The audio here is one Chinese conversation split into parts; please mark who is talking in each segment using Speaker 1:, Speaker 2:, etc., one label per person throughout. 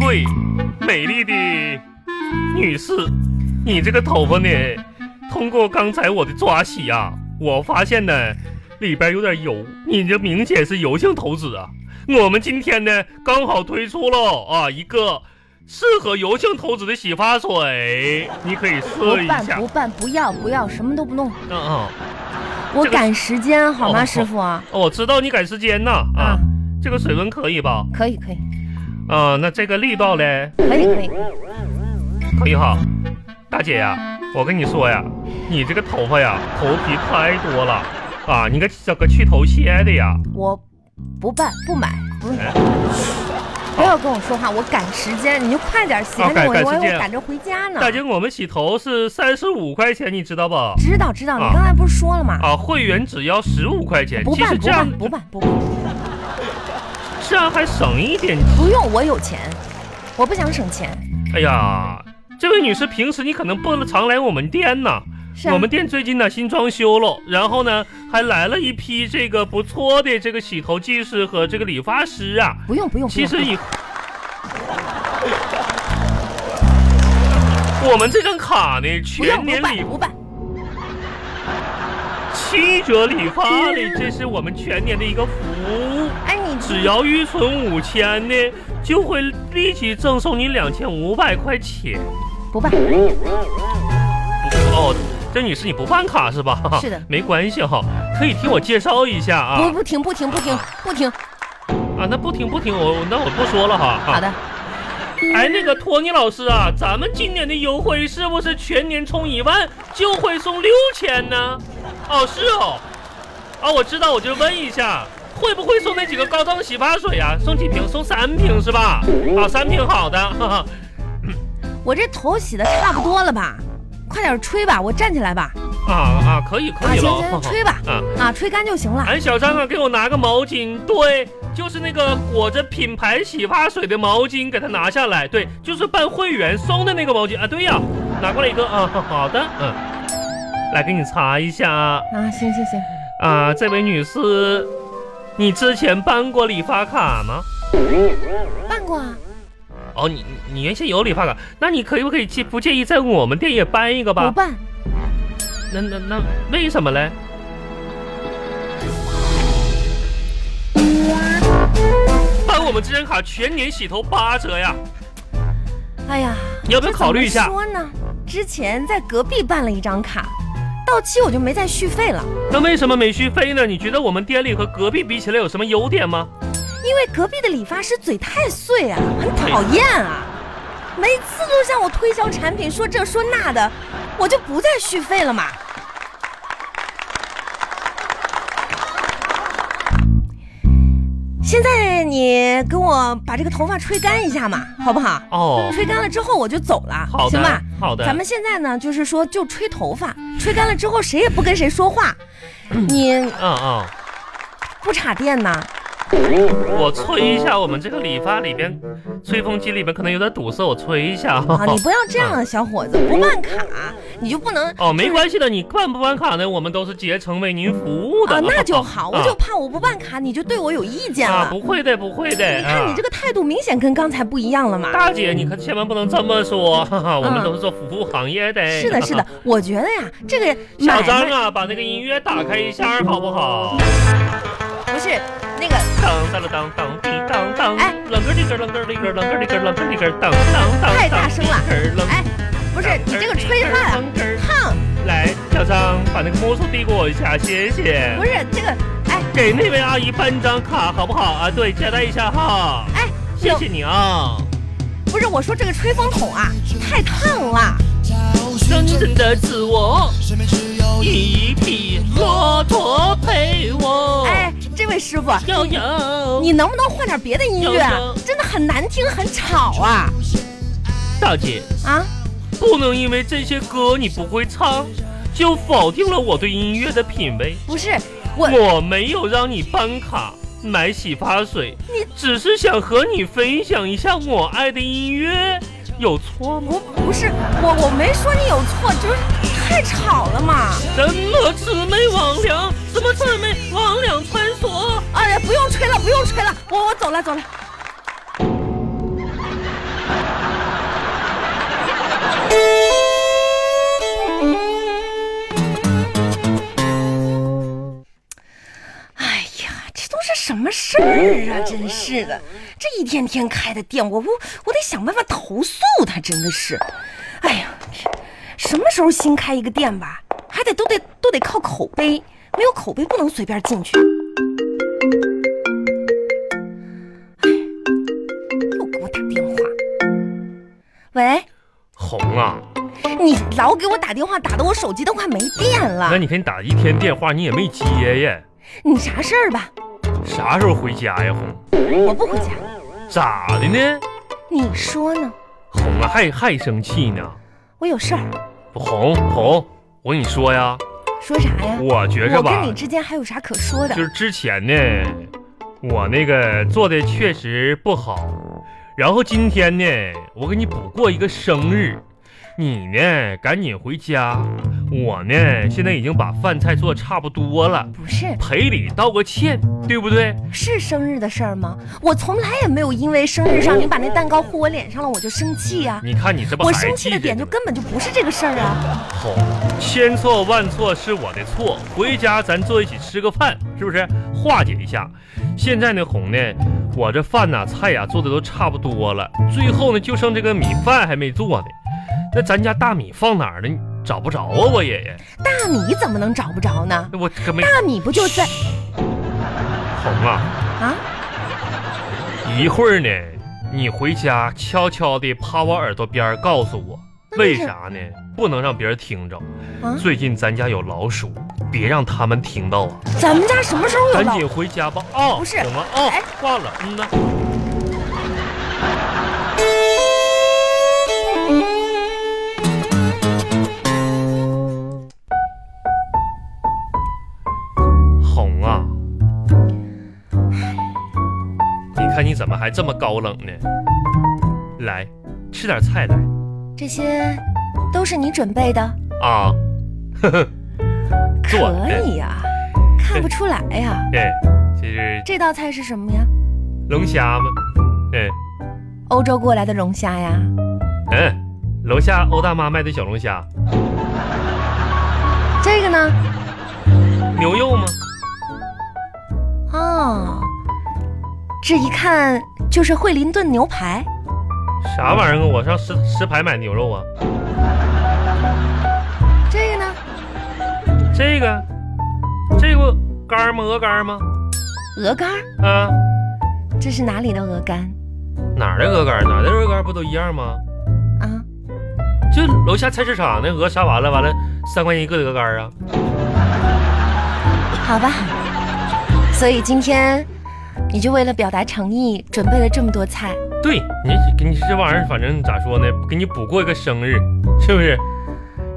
Speaker 1: 对，美丽的女士，你这个头发呢？通过刚才我的抓洗啊，我发现呢里边有点油，你这明显是油性头脂啊。我们今天呢刚好推出了啊一个适合油性头脂的洗发水，你可以
Speaker 2: 不
Speaker 1: 试一
Speaker 2: 办
Speaker 1: 下
Speaker 2: 不。办，不要不要，什么都不弄，
Speaker 1: 嗯嗯，
Speaker 2: 我
Speaker 1: 这个
Speaker 2: 赶时间好
Speaker 1: 哦
Speaker 2: 吗，师傅？啊，
Speaker 1: 哦我知道你赶时间呐啊，这个水温可以吧？
Speaker 2: 可以可以
Speaker 1: 啊，那这个力道嘞？
Speaker 2: 可以可以，
Speaker 1: 可以哈，大姐呀、我跟你说呀，你这个头发呀，头皮太多了啊，你该找个去头屑的呀。
Speaker 2: 我不办不买，不是
Speaker 1: 哎。
Speaker 2: 不要跟我说话，我赶时间，你就快点洗，
Speaker 1: 啊
Speaker 2: 赶紧
Speaker 1: 赶
Speaker 2: 我
Speaker 1: 赶
Speaker 2: 我
Speaker 1: 时
Speaker 2: 我
Speaker 1: 间啊
Speaker 2: 赶着回家呢。
Speaker 1: 大姐，我们洗头是三十五块钱，你知道吧？
Speaker 2: 知道知道，你
Speaker 1: 啊
Speaker 2: 刚才不是说了吗？
Speaker 1: 啊，会员只要十五块钱，
Speaker 2: 不
Speaker 1: 其
Speaker 2: 办
Speaker 1: 实
Speaker 2: 不
Speaker 1: 这样
Speaker 2: 办不办不办，
Speaker 1: 这样还省一点。
Speaker 2: 不用，我有钱，我不想省钱。
Speaker 1: 哎呀，这位女士，平时你可能不常来我们店呢。
Speaker 2: 是啊
Speaker 1: 我们店最近呢新装修了，然后呢还来了一批这个不错的这个洗头技师和这个理发师啊。
Speaker 2: 不用不用，不
Speaker 1: 其
Speaker 2: 用
Speaker 1: 实以我们这张卡呢，
Speaker 2: 不用
Speaker 1: 全
Speaker 2: 不
Speaker 1: 年
Speaker 2: 办
Speaker 1: 理
Speaker 2: 不办，
Speaker 1: 七折理发呢，这是我们全年的一个服务。
Speaker 2: 哎你
Speaker 1: 只要预存五千呢，就会立即赠送你两千五百块钱。
Speaker 2: 不办，
Speaker 1: 哦，这女士你不办卡是吧？
Speaker 2: 是的
Speaker 1: 没关系哈，可以听我介绍一下
Speaker 2: 不
Speaker 1: 啊。
Speaker 2: 不停不停不停不停，
Speaker 1: 啊，那不听不听，我那我不说了哈。啊
Speaker 2: 好的，
Speaker 1: 哎，那个托尼老师啊，咱们今年的优惠是不是全年充一万就会送六千呢？哦，是哦。啊，我知道，我就问一下，会不会送那几个高档洗发水啊？送几瓶？送三瓶是吧？啊，三瓶好的，哈哈。
Speaker 2: 我这头洗的差不多了吧？快点吹吧，我站起来吧，
Speaker 1: 啊啊，可以
Speaker 2: 啊
Speaker 1: 可以
Speaker 2: 行
Speaker 1: 了，
Speaker 2: 行
Speaker 1: 哈
Speaker 2: 行，
Speaker 1: 哈
Speaker 2: 吹吧，
Speaker 1: 啊，
Speaker 2: 啊吹干就行了。
Speaker 1: 俺小张啊，给我拿个毛巾，对，就是那个裹着品牌洗发水的毛巾，给他拿下来，对，就是办会员送的那个毛巾啊，对呀，拿过来一个啊，好的，嗯，来给你擦一下啊，
Speaker 2: 啊行行行，
Speaker 1: 啊，这位女士，你之前办过理发卡吗？
Speaker 2: 办过啊，
Speaker 1: 哦，你你你原先有理发卡，那你可以不可以介不介意在我们店也办一个
Speaker 2: 不
Speaker 1: 吧？
Speaker 2: 办，
Speaker 1: 那那那为什么嘞？办我们这张卡全年洗头八折呀！
Speaker 2: 哎呀，
Speaker 1: 你要不要考虑一下
Speaker 2: 这怎么说呢，之前在隔壁办了一张卡，到期我就没再续费了，
Speaker 1: 那为什么没续费呢？你觉得我们店里和隔壁比起来有什么优点吗？
Speaker 2: 因为隔壁的理发师嘴太碎啊，很讨厌啊，每次都向我推销产品，说这说那的，我就不再续费了嘛。现在你给我把这个头发吹干一下嘛，好不好？
Speaker 1: 哦，
Speaker 2: 吹干了之后我就走了，
Speaker 1: 好
Speaker 2: 行吧
Speaker 1: 的？，好的。
Speaker 2: 咱们现在呢，就是说就吹头发，吹干了之后谁也不跟谁说话，你
Speaker 1: 嗯嗯，
Speaker 2: 不插电呐？
Speaker 1: 我吹一下，我们这个理发里边，吹风机里边可能有点堵塞，我吹一下。
Speaker 2: 啊，你不要这样啊，小伙子，不办卡你就不 能
Speaker 1: 哦，没
Speaker 2: 就是
Speaker 1: 关系的，你办不办卡呢？我们都是竭诚为您服务的。
Speaker 2: 啊，那就好，我
Speaker 1: 啊
Speaker 2: 就怕我不办卡你就对我有意见
Speaker 1: 啊，
Speaker 2: 了。
Speaker 1: 不会的，不会的。
Speaker 2: 你看
Speaker 1: 啊
Speaker 2: 你这个态度明显跟刚才不一样了嘛。
Speaker 1: 大姐，你可千万不能这么说，哈哈，我们
Speaker 2: 嗯
Speaker 1: 都是做服务行业的。
Speaker 2: 是的，是的。，我觉得呀，这个
Speaker 1: 小
Speaker 2: 买
Speaker 1: 张
Speaker 2: 卖
Speaker 1: 啊，把那个音乐打开一下，好不好？
Speaker 2: 不是那个
Speaker 1: 当当了当当滴当当，
Speaker 2: 哎
Speaker 1: 啷个儿哩个儿啷个儿哩个儿啷个儿哩个儿啷个儿哩个儿，当当当，
Speaker 2: 太大声了
Speaker 1: 啷个儿啷
Speaker 2: 哎，不是你这个吹发呀，
Speaker 1: 啷个儿
Speaker 2: 烫，
Speaker 1: 来，小张把那个魔术递给我一下，谢谢
Speaker 2: 不。是这个哎
Speaker 1: 给那位阿姨办一张卡好不好啊？对，接待一下哈，
Speaker 2: 哎，
Speaker 1: 谢
Speaker 2: 有
Speaker 1: 谢你啊。
Speaker 2: 不是我说这个吹风筒啊太烫了，
Speaker 1: 真正的自我，
Speaker 3: 身边只有一
Speaker 1: 一匹骆驼陪我。
Speaker 2: 哎，这位师傅，
Speaker 1: 悠悠，
Speaker 2: 你能不能换点别的音乐啊
Speaker 1: 有声？
Speaker 2: 真的很难听，很吵啊
Speaker 1: 大姐
Speaker 2: 啊！
Speaker 1: 不能因为这些歌你不会唱，就否定了我对音乐的品味。
Speaker 2: 不是我
Speaker 1: 我没有让你办卡买洗发水，
Speaker 2: 你
Speaker 1: 只是想和你分享一下我爱的音乐，有错吗？
Speaker 2: 不不是我，我没说你有错，就是太吵了嘛。
Speaker 1: 什么魑魅魍魉，什么魑魅魍魉穿梭。
Speaker 2: 哎呀，不用吹了，不用吹了，我我走了走了。哎么事儿啊？真是的，这一天天开的店，我我我得想办法投诉他，真的是。哎呀，什么时候新开一个店吧，还得都得都得靠口碑，没有口碑不能随便进去。哎，又给我打电话。喂，
Speaker 1: 红啊，
Speaker 2: 你老给我打电话，打的我手机都快没电
Speaker 1: 那
Speaker 2: 了。
Speaker 1: 你给你打一天电话你也没接呀，
Speaker 2: 你啥事儿吧？
Speaker 1: 啥时候回家呀？红，
Speaker 2: 我不回家，
Speaker 1: 咋的呢？
Speaker 2: 你说呢？
Speaker 1: 红啊，还还生气呢？
Speaker 2: 我有事儿，
Speaker 1: 红红，我跟你说呀，
Speaker 2: 说啥呀？
Speaker 1: 我觉着
Speaker 2: 我
Speaker 1: 吧，
Speaker 2: 跟你之间还有啥可说的
Speaker 1: 就？是之前呢，我那个做的确实不好，然后今天呢，我给你补过一个生日，你呢赶紧回家，我呢现在已经把饭菜做差不多了，
Speaker 2: 不是，
Speaker 1: 赔礼道个歉，对不对？
Speaker 2: 是生日的事儿吗？我从来也没有因为生日上你把那蛋糕糊我脸上了我就生气呀、
Speaker 1: 你看你这不
Speaker 2: 我
Speaker 1: 还
Speaker 2: 生
Speaker 1: 记
Speaker 2: 气
Speaker 1: 着
Speaker 2: 的点
Speaker 1: 呢
Speaker 2: 就
Speaker 1: 吗
Speaker 2: 根本就不是这个事儿啊！
Speaker 1: 好，哦千错万错是我的错，回家咱坐一起吃个饭，是不是化解一下？现在呢，红呢，我这饭呐、菜呀、做的都差不多了，最后呢就剩这个米饭还没做呢。那咱家大米放哪儿了？你找不着啊，我爷爷，
Speaker 2: 大米怎么能找不着呢？
Speaker 1: 我可没
Speaker 2: 大米不就在
Speaker 1: 红啊！
Speaker 2: 啊？
Speaker 1: 一会儿呢，你回家悄悄的趴我耳朵边儿告诉我，为啥呢？不能让别人听着。
Speaker 2: 啊
Speaker 1: 最近咱家有老鼠，别让他们听到啊。
Speaker 2: 咱们家什么时候有
Speaker 1: 赶
Speaker 2: 老？
Speaker 1: 紧回家吧！啊、
Speaker 2: 不是
Speaker 1: 怎么啊
Speaker 2: 哎？
Speaker 1: 挂了，嗯呐。红啊，你看你怎么还这么高冷呢？来，吃点菜来
Speaker 2: 这些都是你准备的，
Speaker 1: 啊！呵呵，做
Speaker 2: 可以呀、看不出来呀、
Speaker 1: 哎，这是
Speaker 2: 这道菜是什么呀？
Speaker 1: 龙虾吗？哎。
Speaker 2: 欧洲过来的龙虾呀？
Speaker 1: 嗯，楼下欧大妈卖的小龙虾，
Speaker 2: 这个呢？
Speaker 1: 牛肉吗？
Speaker 2: 哦，这一看就是惠灵顿牛排。
Speaker 1: 啥玩意儿啊？我上石石牌买牛肉啊。
Speaker 2: 这个呢？
Speaker 1: 这个，这个肝儿吗？鹅肝儿吗？
Speaker 2: 鹅肝儿，
Speaker 1: 啊，
Speaker 2: 这是哪里的鹅肝
Speaker 1: 哪儿的鹅肝儿？哪儿的鹅肝儿不都一样吗？
Speaker 2: 啊？
Speaker 1: 就楼下菜市场那鹅杀完了，完了三块钱一个的鹅肝儿啊。
Speaker 2: 好吧，所以今天你就为了表达诚意，准备了这么多菜。
Speaker 1: 对你给你这玩意儿，反正咋说呢，给你补过一个生日，是不是？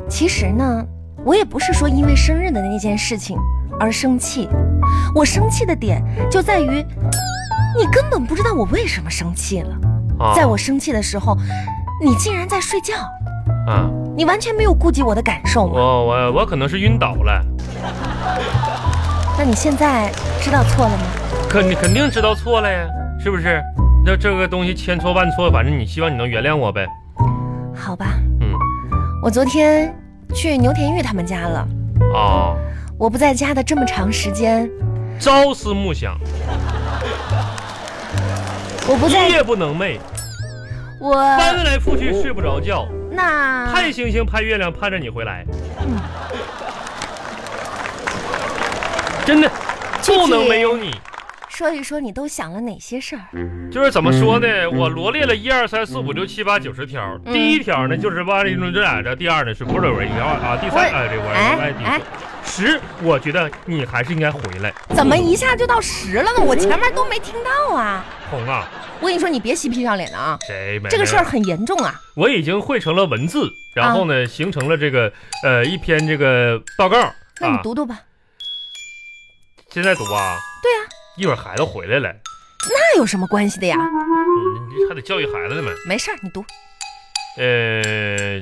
Speaker 2: 其实呢，我也不是说因为生日的那件事情而生气，我生气的点就在于你根本不知道我为什么生气了。
Speaker 1: 啊，
Speaker 2: 在我生气的时候，你竟然在睡觉，
Speaker 1: 啊，
Speaker 2: 你完全没有顾及我的感受嘛？
Speaker 1: 我我我可能是晕倒了，
Speaker 2: 那你现在知道错了吗？
Speaker 1: 肯肯定知道错了呀，是不是？那这个东西千错万错，反正你希望你能原谅我呗。
Speaker 2: 好吧，
Speaker 1: 嗯
Speaker 2: 我昨天去牛田玉他们家了。
Speaker 1: 啊，
Speaker 2: 我不在家的这么长时间，
Speaker 1: 朝思暮想，
Speaker 2: 我不在，
Speaker 1: 夜不能寐，
Speaker 2: 我
Speaker 1: 翻来覆去睡不着觉，
Speaker 2: 那
Speaker 1: 盼星星盼月亮，盼着你回来。真的
Speaker 2: 具体
Speaker 1: 不能没有你。
Speaker 2: 说一说你都想了哪些事儿？
Speaker 1: 就是怎么说呢？我罗列了一二三四五六七八九十条。
Speaker 2: 嗯
Speaker 1: 第一条呢，就是巴黎论这俩这；第二呢是波尔维条啊；第三
Speaker 2: 我
Speaker 1: 哎，这我
Speaker 2: 哎
Speaker 1: 哎第
Speaker 2: 哎
Speaker 1: 十，我觉得你还是应该回来，
Speaker 2: 怎么一下就到十了呢？
Speaker 1: 嗯
Speaker 2: 我前面都没听到啊！
Speaker 1: 红啊！
Speaker 2: 我跟你说，你别嬉皮笑脸的啊，
Speaker 1: 谁没
Speaker 2: 这个事儿嗯很严重啊！
Speaker 1: 我已经汇成了文字，然后呢，形成了这个呃一篇这个报告
Speaker 2: 那你
Speaker 1: 啊。
Speaker 2: 读读吧。
Speaker 1: 现在读啊，
Speaker 2: 对啊，
Speaker 1: 一会儿孩子回来了，
Speaker 2: 那有什么关系的呀？
Speaker 1: 嗯，你还得教育孩子呢嘛。
Speaker 2: 没事儿，你读。
Speaker 1: 呃，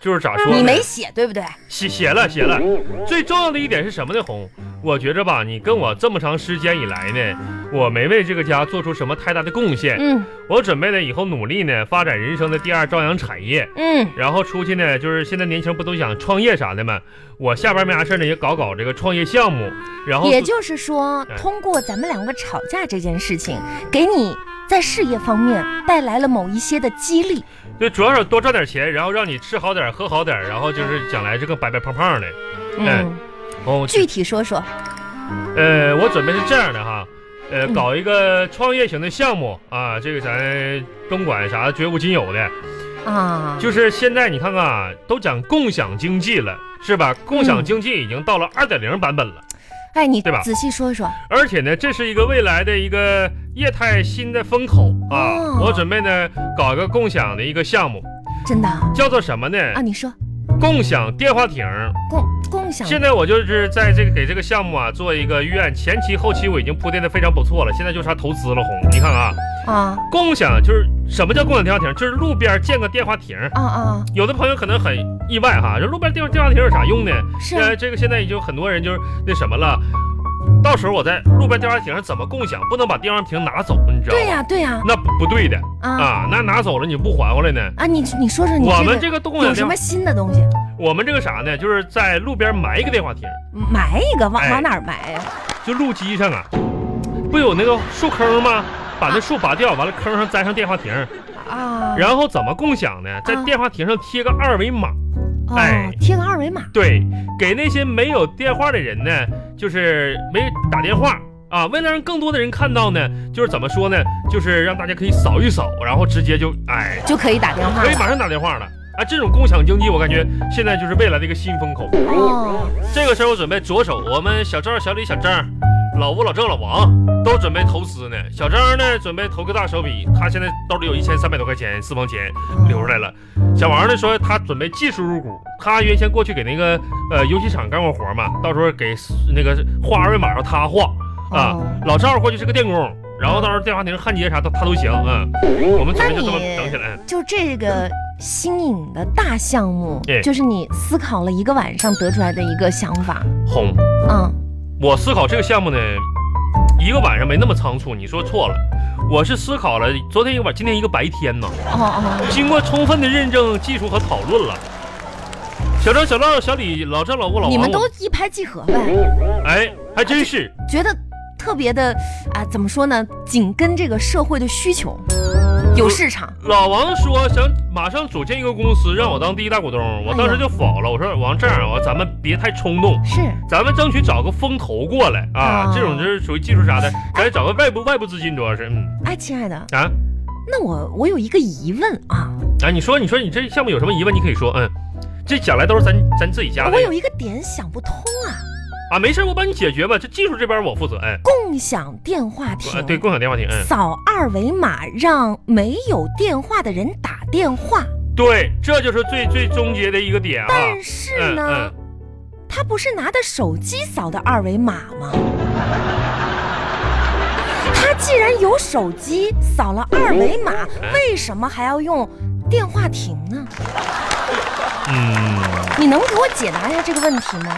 Speaker 1: 就是咋说呢？
Speaker 2: 你没写对不对？
Speaker 1: 写写了写了。最重要的一点是什么呢？红，我觉着吧，你跟我这么长时间以来呢，我没为这个家做出什么太大的贡献。
Speaker 2: 嗯
Speaker 1: 我准备呢，以后努力呢，发展人生的第二朝阳产业。
Speaker 2: 嗯，
Speaker 1: 然后出去呢，就是现在年轻人不都想创业啥的吗？我下班没啥事儿呢，也搞搞这个创业项目。然后
Speaker 2: 也就是说
Speaker 1: 哎，
Speaker 2: 通过咱们两个吵架这件事情，给你在事业方面带来了某一些的激励。
Speaker 1: 对，主要是多赚点钱，然后让你吃好点儿，喝好点儿，然后就是将来这个白白胖胖的。哎
Speaker 2: 嗯，
Speaker 1: 哦，
Speaker 2: 具体说说。
Speaker 1: 呃，我准备是这样的哈，呃，
Speaker 2: 嗯
Speaker 1: 搞一个创业型的项目啊，这个咱东莞啥绝无仅有
Speaker 2: 嗯
Speaker 1: 的，
Speaker 2: 啊，
Speaker 1: 就是现在你看看啊，都讲共享经济了，是吧？共享经济已经到
Speaker 2: 嗯
Speaker 1: 了二点零版本了，
Speaker 2: 哎，你
Speaker 1: 对吧
Speaker 2: 仔细说说，
Speaker 1: 而且呢，这是一个未来的一个业态新的风口啊。
Speaker 2: 哦
Speaker 1: 我准备呢搞一个共享的一个项目，
Speaker 2: 真的啊，嗯
Speaker 1: 叫做什么呢？
Speaker 2: 你说
Speaker 1: 共享电话亭。
Speaker 2: 共共享
Speaker 1: 现在我就是在这个给这个项目啊做一个预案，前期后期我已经铺垫的非常不错了，现在就差投资了，红，你看看啊。
Speaker 2: 啊
Speaker 1: 共享就是什么叫共享电话亭？就是路边建个电话亭。
Speaker 2: 啊啊，
Speaker 1: 有的朋友可能很意外哈，这路边电话电话亭有啥用呢？
Speaker 2: 是啊
Speaker 1: 呃，这个现在已经很多人就是那什么了。到时候我在路边电话亭上怎么共享？不能把电话亭拿走，你知道吗？
Speaker 2: 对呀对呀
Speaker 1: 那不不对的
Speaker 2: 啊
Speaker 1: 啊！那拿走了你不还回来呢？
Speaker 2: 啊，你你说说你
Speaker 1: 我们
Speaker 2: 这
Speaker 1: 这个共
Speaker 2: 个
Speaker 1: 享
Speaker 2: 有什
Speaker 1: 电话
Speaker 2: 么，新的东西？
Speaker 1: 我们这个啥呢？就是在路边埋一个电话亭，
Speaker 2: 埋一个，往
Speaker 1: 哎
Speaker 2: 往哪儿埋呀？
Speaker 1: 就路基上啊，不有那个树坑吗？把那树拔掉，完了坑上栽上电话亭，
Speaker 2: 啊，
Speaker 1: 然后怎么共享呢？在
Speaker 2: 啊
Speaker 1: 电话亭上贴个二维码。哎
Speaker 2: 哦，贴个二维码
Speaker 1: 对，给那些没有电话的人呢，就是没打电话啊。为了让更多的人看到呢，就是怎么说呢？就是让大家可以扫一扫，然后直接就哎，
Speaker 2: 就可以打电话
Speaker 1: 可以
Speaker 2: 了。
Speaker 1: 马上打电话了。啊，这种共享经济，我感觉现在就是未来的一个新风口。
Speaker 2: 哦，
Speaker 1: 这个时候，我准备着手，我们小赵、小李、小张、老吴、老郑、老王都准备投资呢。小张呢，准备投个大手笔，他现在兜里有一千三百多块钱私房钱，留出来了。小王呢说他准备技术入股，他原先过去给那个呃游戏厂干过活嘛，到时候给那个画二维码让他画啊。
Speaker 2: 哦
Speaker 1: 老赵过去是个电工，然后到时候电话亭焊接啥他他都行啊。我们准备就这么整起来。
Speaker 2: 就这个新颖的大项目
Speaker 1: 哎，
Speaker 2: 就是你思考了一个晚上得出来的一个想法。
Speaker 1: 红，
Speaker 2: 嗯，
Speaker 1: 我思考这个项目呢，一个晚上没那么仓促，你说错了。我是思考了昨天一个晚，今天一个白天呢，
Speaker 2: 哦哦，
Speaker 1: 经过充分的认证、技术和讨论了。小张、小赵、小李、老郑、老吴、老王，
Speaker 2: 你们
Speaker 1: 我
Speaker 2: 都一拍即合呗，
Speaker 1: 哎，还真是。
Speaker 2: 觉得特别的啊，怎么说呢？紧跟这个社会的需求，有市场。
Speaker 1: 老王说想马上组建一个公司，让我当第一大股东。我当
Speaker 2: 哎
Speaker 1: 时就否了，我说王这样啊，咱们别太冲动，
Speaker 2: 是，
Speaker 1: 咱们争取找个风投过来啊
Speaker 2: 啊，
Speaker 1: 这种就是属于技术啥的，咱找个外部外部资金，主要是嗯
Speaker 2: 哎，亲爱的，
Speaker 1: 啊，
Speaker 2: 那我我有一个疑问啊，
Speaker 1: 啊，你说你说你这项目有什么疑问，你可以说嗯，这将来都是咱咱自己家的
Speaker 2: 我有一个点想不通啊，
Speaker 1: 啊，没事我帮你解决吧，这技术这边我负责哎，
Speaker 2: 共享电话
Speaker 1: 啊
Speaker 2: 亭，
Speaker 1: 对，共享电话亭嗯，
Speaker 2: 扫二维码让没有电话的人打电话，
Speaker 1: 啊对，这就是最最终结的一个点啊，
Speaker 2: 但是呢。
Speaker 1: 嗯
Speaker 2: 他不是拿的手机扫的二维码吗？ 他既然有手机扫了二维码，为什么还要用电话亭呢？
Speaker 1: 嗯。嗯
Speaker 2: 你能给我解答一下这个问题吗？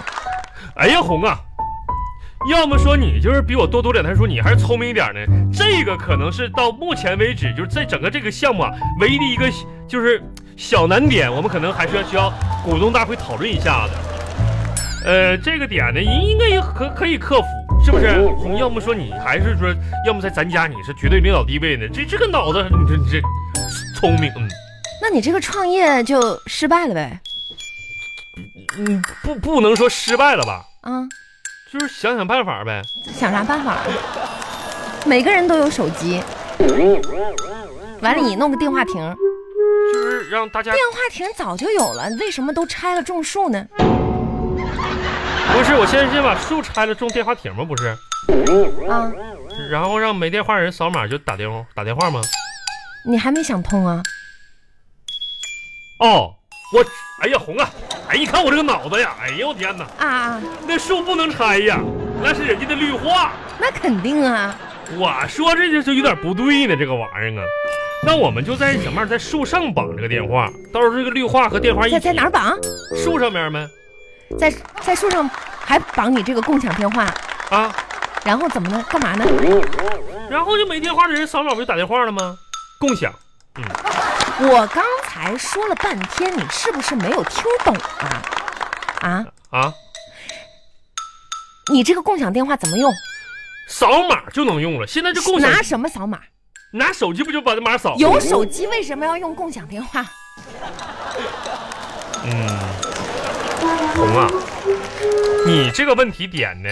Speaker 1: 哎呀，红啊，要么说你就是比我多读两天书，你还是聪明一点呢。这个可能是到目前为止，就是在整个这个项目啊，唯一的一个就是小难点，我们可能还是要需要股东大会讨论一下的。呃，这个点呢，应该也可可以克服，是不是？红，要么说你还是说，要么在咱家你是绝对领导地位呢，这这个脑子，你这你这聪明，嗯
Speaker 2: 那你这个创业就失败了呗？
Speaker 1: 嗯，不不能说失败了吧，
Speaker 2: 啊、
Speaker 1: 就是想想办法呗。
Speaker 2: 想啥办法啊？每个人都有手机，完了你弄个电话亭，电
Speaker 1: 就是让大家
Speaker 2: 话亭早就有了，为什么都拆了种树呢？
Speaker 1: 不是，我现在先把树拆了，种电话亭吗？不是，
Speaker 2: 啊，
Speaker 1: 然后让没电话人扫码就打电话打电话吗？
Speaker 2: 你还没想通啊？
Speaker 1: 哦，我，哎呀，红啊，哎，你看我这个脑子呀，哎呀，我天哪，
Speaker 2: 啊啊，
Speaker 1: 那树不能拆呀，那是人家的绿化。
Speaker 2: 那肯定啊。
Speaker 1: 我说这就是有点不对呢，这个玩意儿啊，那我们就在想办法在树上绑这个电话，到时候这个绿化和电话一
Speaker 2: 在
Speaker 1: 起
Speaker 2: 在哪儿绑？
Speaker 1: 树上面呗
Speaker 2: 在在树上还绑你这个共享电话，
Speaker 1: 啊，
Speaker 2: 然后怎么呢？干嘛呢？
Speaker 1: 然后就没电话的人扫码不就打电话了吗？共享，
Speaker 2: 我刚才说了半天，你是不是没有听懂啊？啊，
Speaker 1: 啊，
Speaker 2: 你这个共享电话怎么用？
Speaker 1: 扫码就能用了。现在这共享
Speaker 2: 拿什么扫码？
Speaker 1: 拿手机不就把这码扫？
Speaker 2: 有手机为什么要用共享电话？
Speaker 1: 嗯，红啊，你这个问题点呢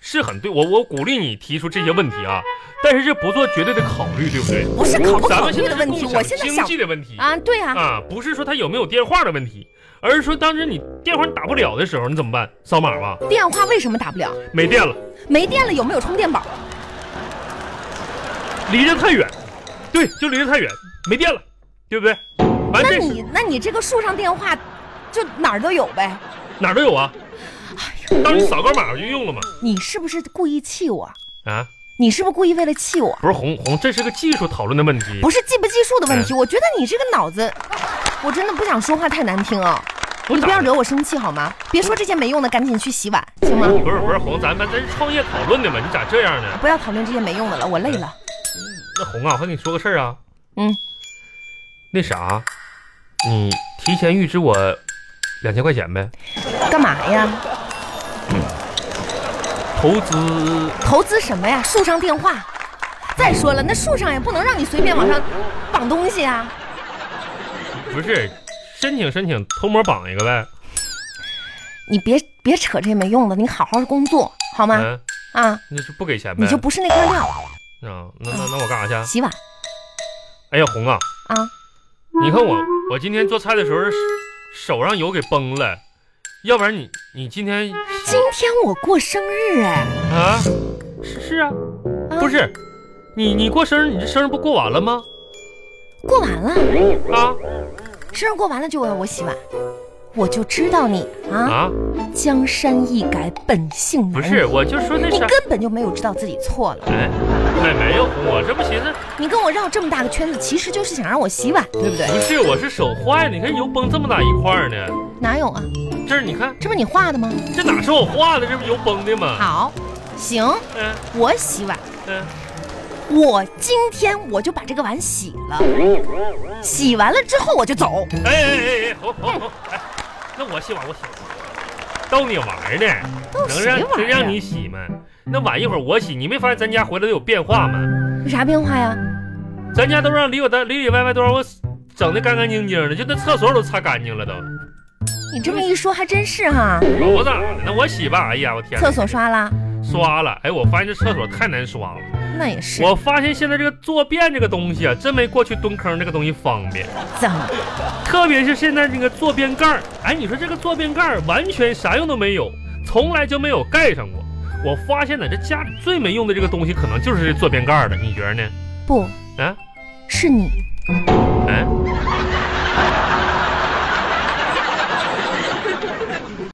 Speaker 1: 是很对，我我鼓励你提出这些问题啊，但是这不做绝对的考虑，对不对？
Speaker 2: 不是考不
Speaker 1: 咱
Speaker 2: 考
Speaker 1: 们现
Speaker 2: 虑
Speaker 1: 在
Speaker 2: 的
Speaker 1: 是
Speaker 2: 问
Speaker 1: 共
Speaker 2: 题，
Speaker 1: 享
Speaker 2: 我现在
Speaker 1: 经
Speaker 2: 想
Speaker 1: 济的问题
Speaker 2: 啊，对啊，
Speaker 1: 啊，不是说他有没有电话的问题，而是说当时你电话打不了的时候，你怎么办？扫码吧，
Speaker 2: 电话为什么打不了？
Speaker 1: 没电了，
Speaker 2: 没电了有没有充电宝？
Speaker 1: 啊离得太远，对，就离得太远，没电了，对不对？完
Speaker 2: 那
Speaker 1: 这
Speaker 2: 你那你这个树上电话，就哪儿都有呗？
Speaker 1: 哪儿都有啊，
Speaker 2: 哎
Speaker 1: 当你扫个码就用了嘛。
Speaker 2: 你是不是故意气我？
Speaker 1: 啊，
Speaker 2: 你是不是故意为了气我？
Speaker 1: 不是红红，这是个技术讨论的问题。
Speaker 2: 不是技不技术的问
Speaker 1: 哎
Speaker 2: 题，我觉得你这个脑子，我真的不想说话太难听啊、
Speaker 1: 我
Speaker 2: 你不要
Speaker 1: 咋
Speaker 2: 惹我生气好吗？别说这些没用的，赶紧去洗碗行吗？
Speaker 1: 不是不是红，咱们咱是创业讨论的嘛，你咋这样呢？
Speaker 2: 不要讨论这些没用的了，我累了。
Speaker 1: 那红啊，我跟你说个事儿啊。
Speaker 2: 嗯。
Speaker 1: 那啥，你提前预支我两千块钱呗，
Speaker 2: 嗯干嘛呀？
Speaker 1: 投资
Speaker 2: 投资什么呀？树上电话。再说了，那树上也不能让你随便往上绑东西啊。
Speaker 1: 不是申请申请偷摸绑一个呗。
Speaker 2: 你别别扯这些没用的，你好好工作好吗？
Speaker 1: 嗯，
Speaker 2: 啊，
Speaker 1: 那是不给钱呗。
Speaker 2: 你就不是那块料，
Speaker 1: 啊？那那那我干啥去？
Speaker 2: 洗碗
Speaker 1: 哎呀，红啊，
Speaker 2: 啊。
Speaker 1: 你看我我今天做菜的时候手上油给崩了，要不然你你今天
Speaker 2: 今天我过生日哎，
Speaker 1: 啊？是是啊，
Speaker 2: 啊
Speaker 1: 不是，你你过生日，你这生日不过完了吗？
Speaker 2: 过完了，
Speaker 1: 啊
Speaker 2: 生日过完了就要我洗碗，我就知道你啊，
Speaker 1: 啊，
Speaker 2: 江山易改，本性
Speaker 1: 不
Speaker 2: 难移。
Speaker 1: 是，我就说那
Speaker 2: 你
Speaker 1: 啥，
Speaker 2: 根本就没有知道自己错了。
Speaker 1: 哎，那没有，我这不寻思，
Speaker 2: 你跟我绕这么大个圈子，其实就是想让我洗碗，对不对？
Speaker 1: 不是，我是手坏了，你看油崩这么大一块儿呢，
Speaker 2: 哪有啊？
Speaker 1: 这儿你看，
Speaker 2: 这不你画的吗？
Speaker 1: 这哪是我画的，这不油崩的吗？
Speaker 2: 好，行，
Speaker 1: 嗯
Speaker 2: 我洗碗。
Speaker 1: 嗯，
Speaker 2: 我今天我就把这个碗洗了，洗完了之后我就走。
Speaker 1: 哎哎哎哎，好好好，哎，那我洗碗，我洗碗。逗你玩儿呢，
Speaker 2: 逗
Speaker 1: 能
Speaker 2: 嗯谁
Speaker 1: 让
Speaker 2: 玩
Speaker 1: 能
Speaker 2: 儿呀
Speaker 1: 让你洗吗？那晚一会儿我洗，你没发现咱家回来都有变化吗？
Speaker 2: 有啥变化呀？
Speaker 1: 咱家都让里有的里里外外都让我整的干干净净的，就那厕所都擦干净了都。
Speaker 2: 你这么一说还真是哈、
Speaker 1: 我咋的？那我洗吧。哎呀，我天哪！
Speaker 2: 厕所刷了，
Speaker 1: 刷了，哎，我发现这厕所太难刷了。
Speaker 2: 那也是。
Speaker 1: 我发现现在这个坐便这个东西啊，真没过去蹲坑这个东西方便，
Speaker 2: 怎么？
Speaker 1: 特别是现在这个坐便盖儿，哎，你说这个坐便盖儿完全啥用都没有，从来就没有盖上过。我发现呢，这家里最没用的这个东西，可能就是这坐便盖儿了，你觉得呢？
Speaker 2: 不
Speaker 1: 啊，
Speaker 2: 是你，
Speaker 1: 嗯、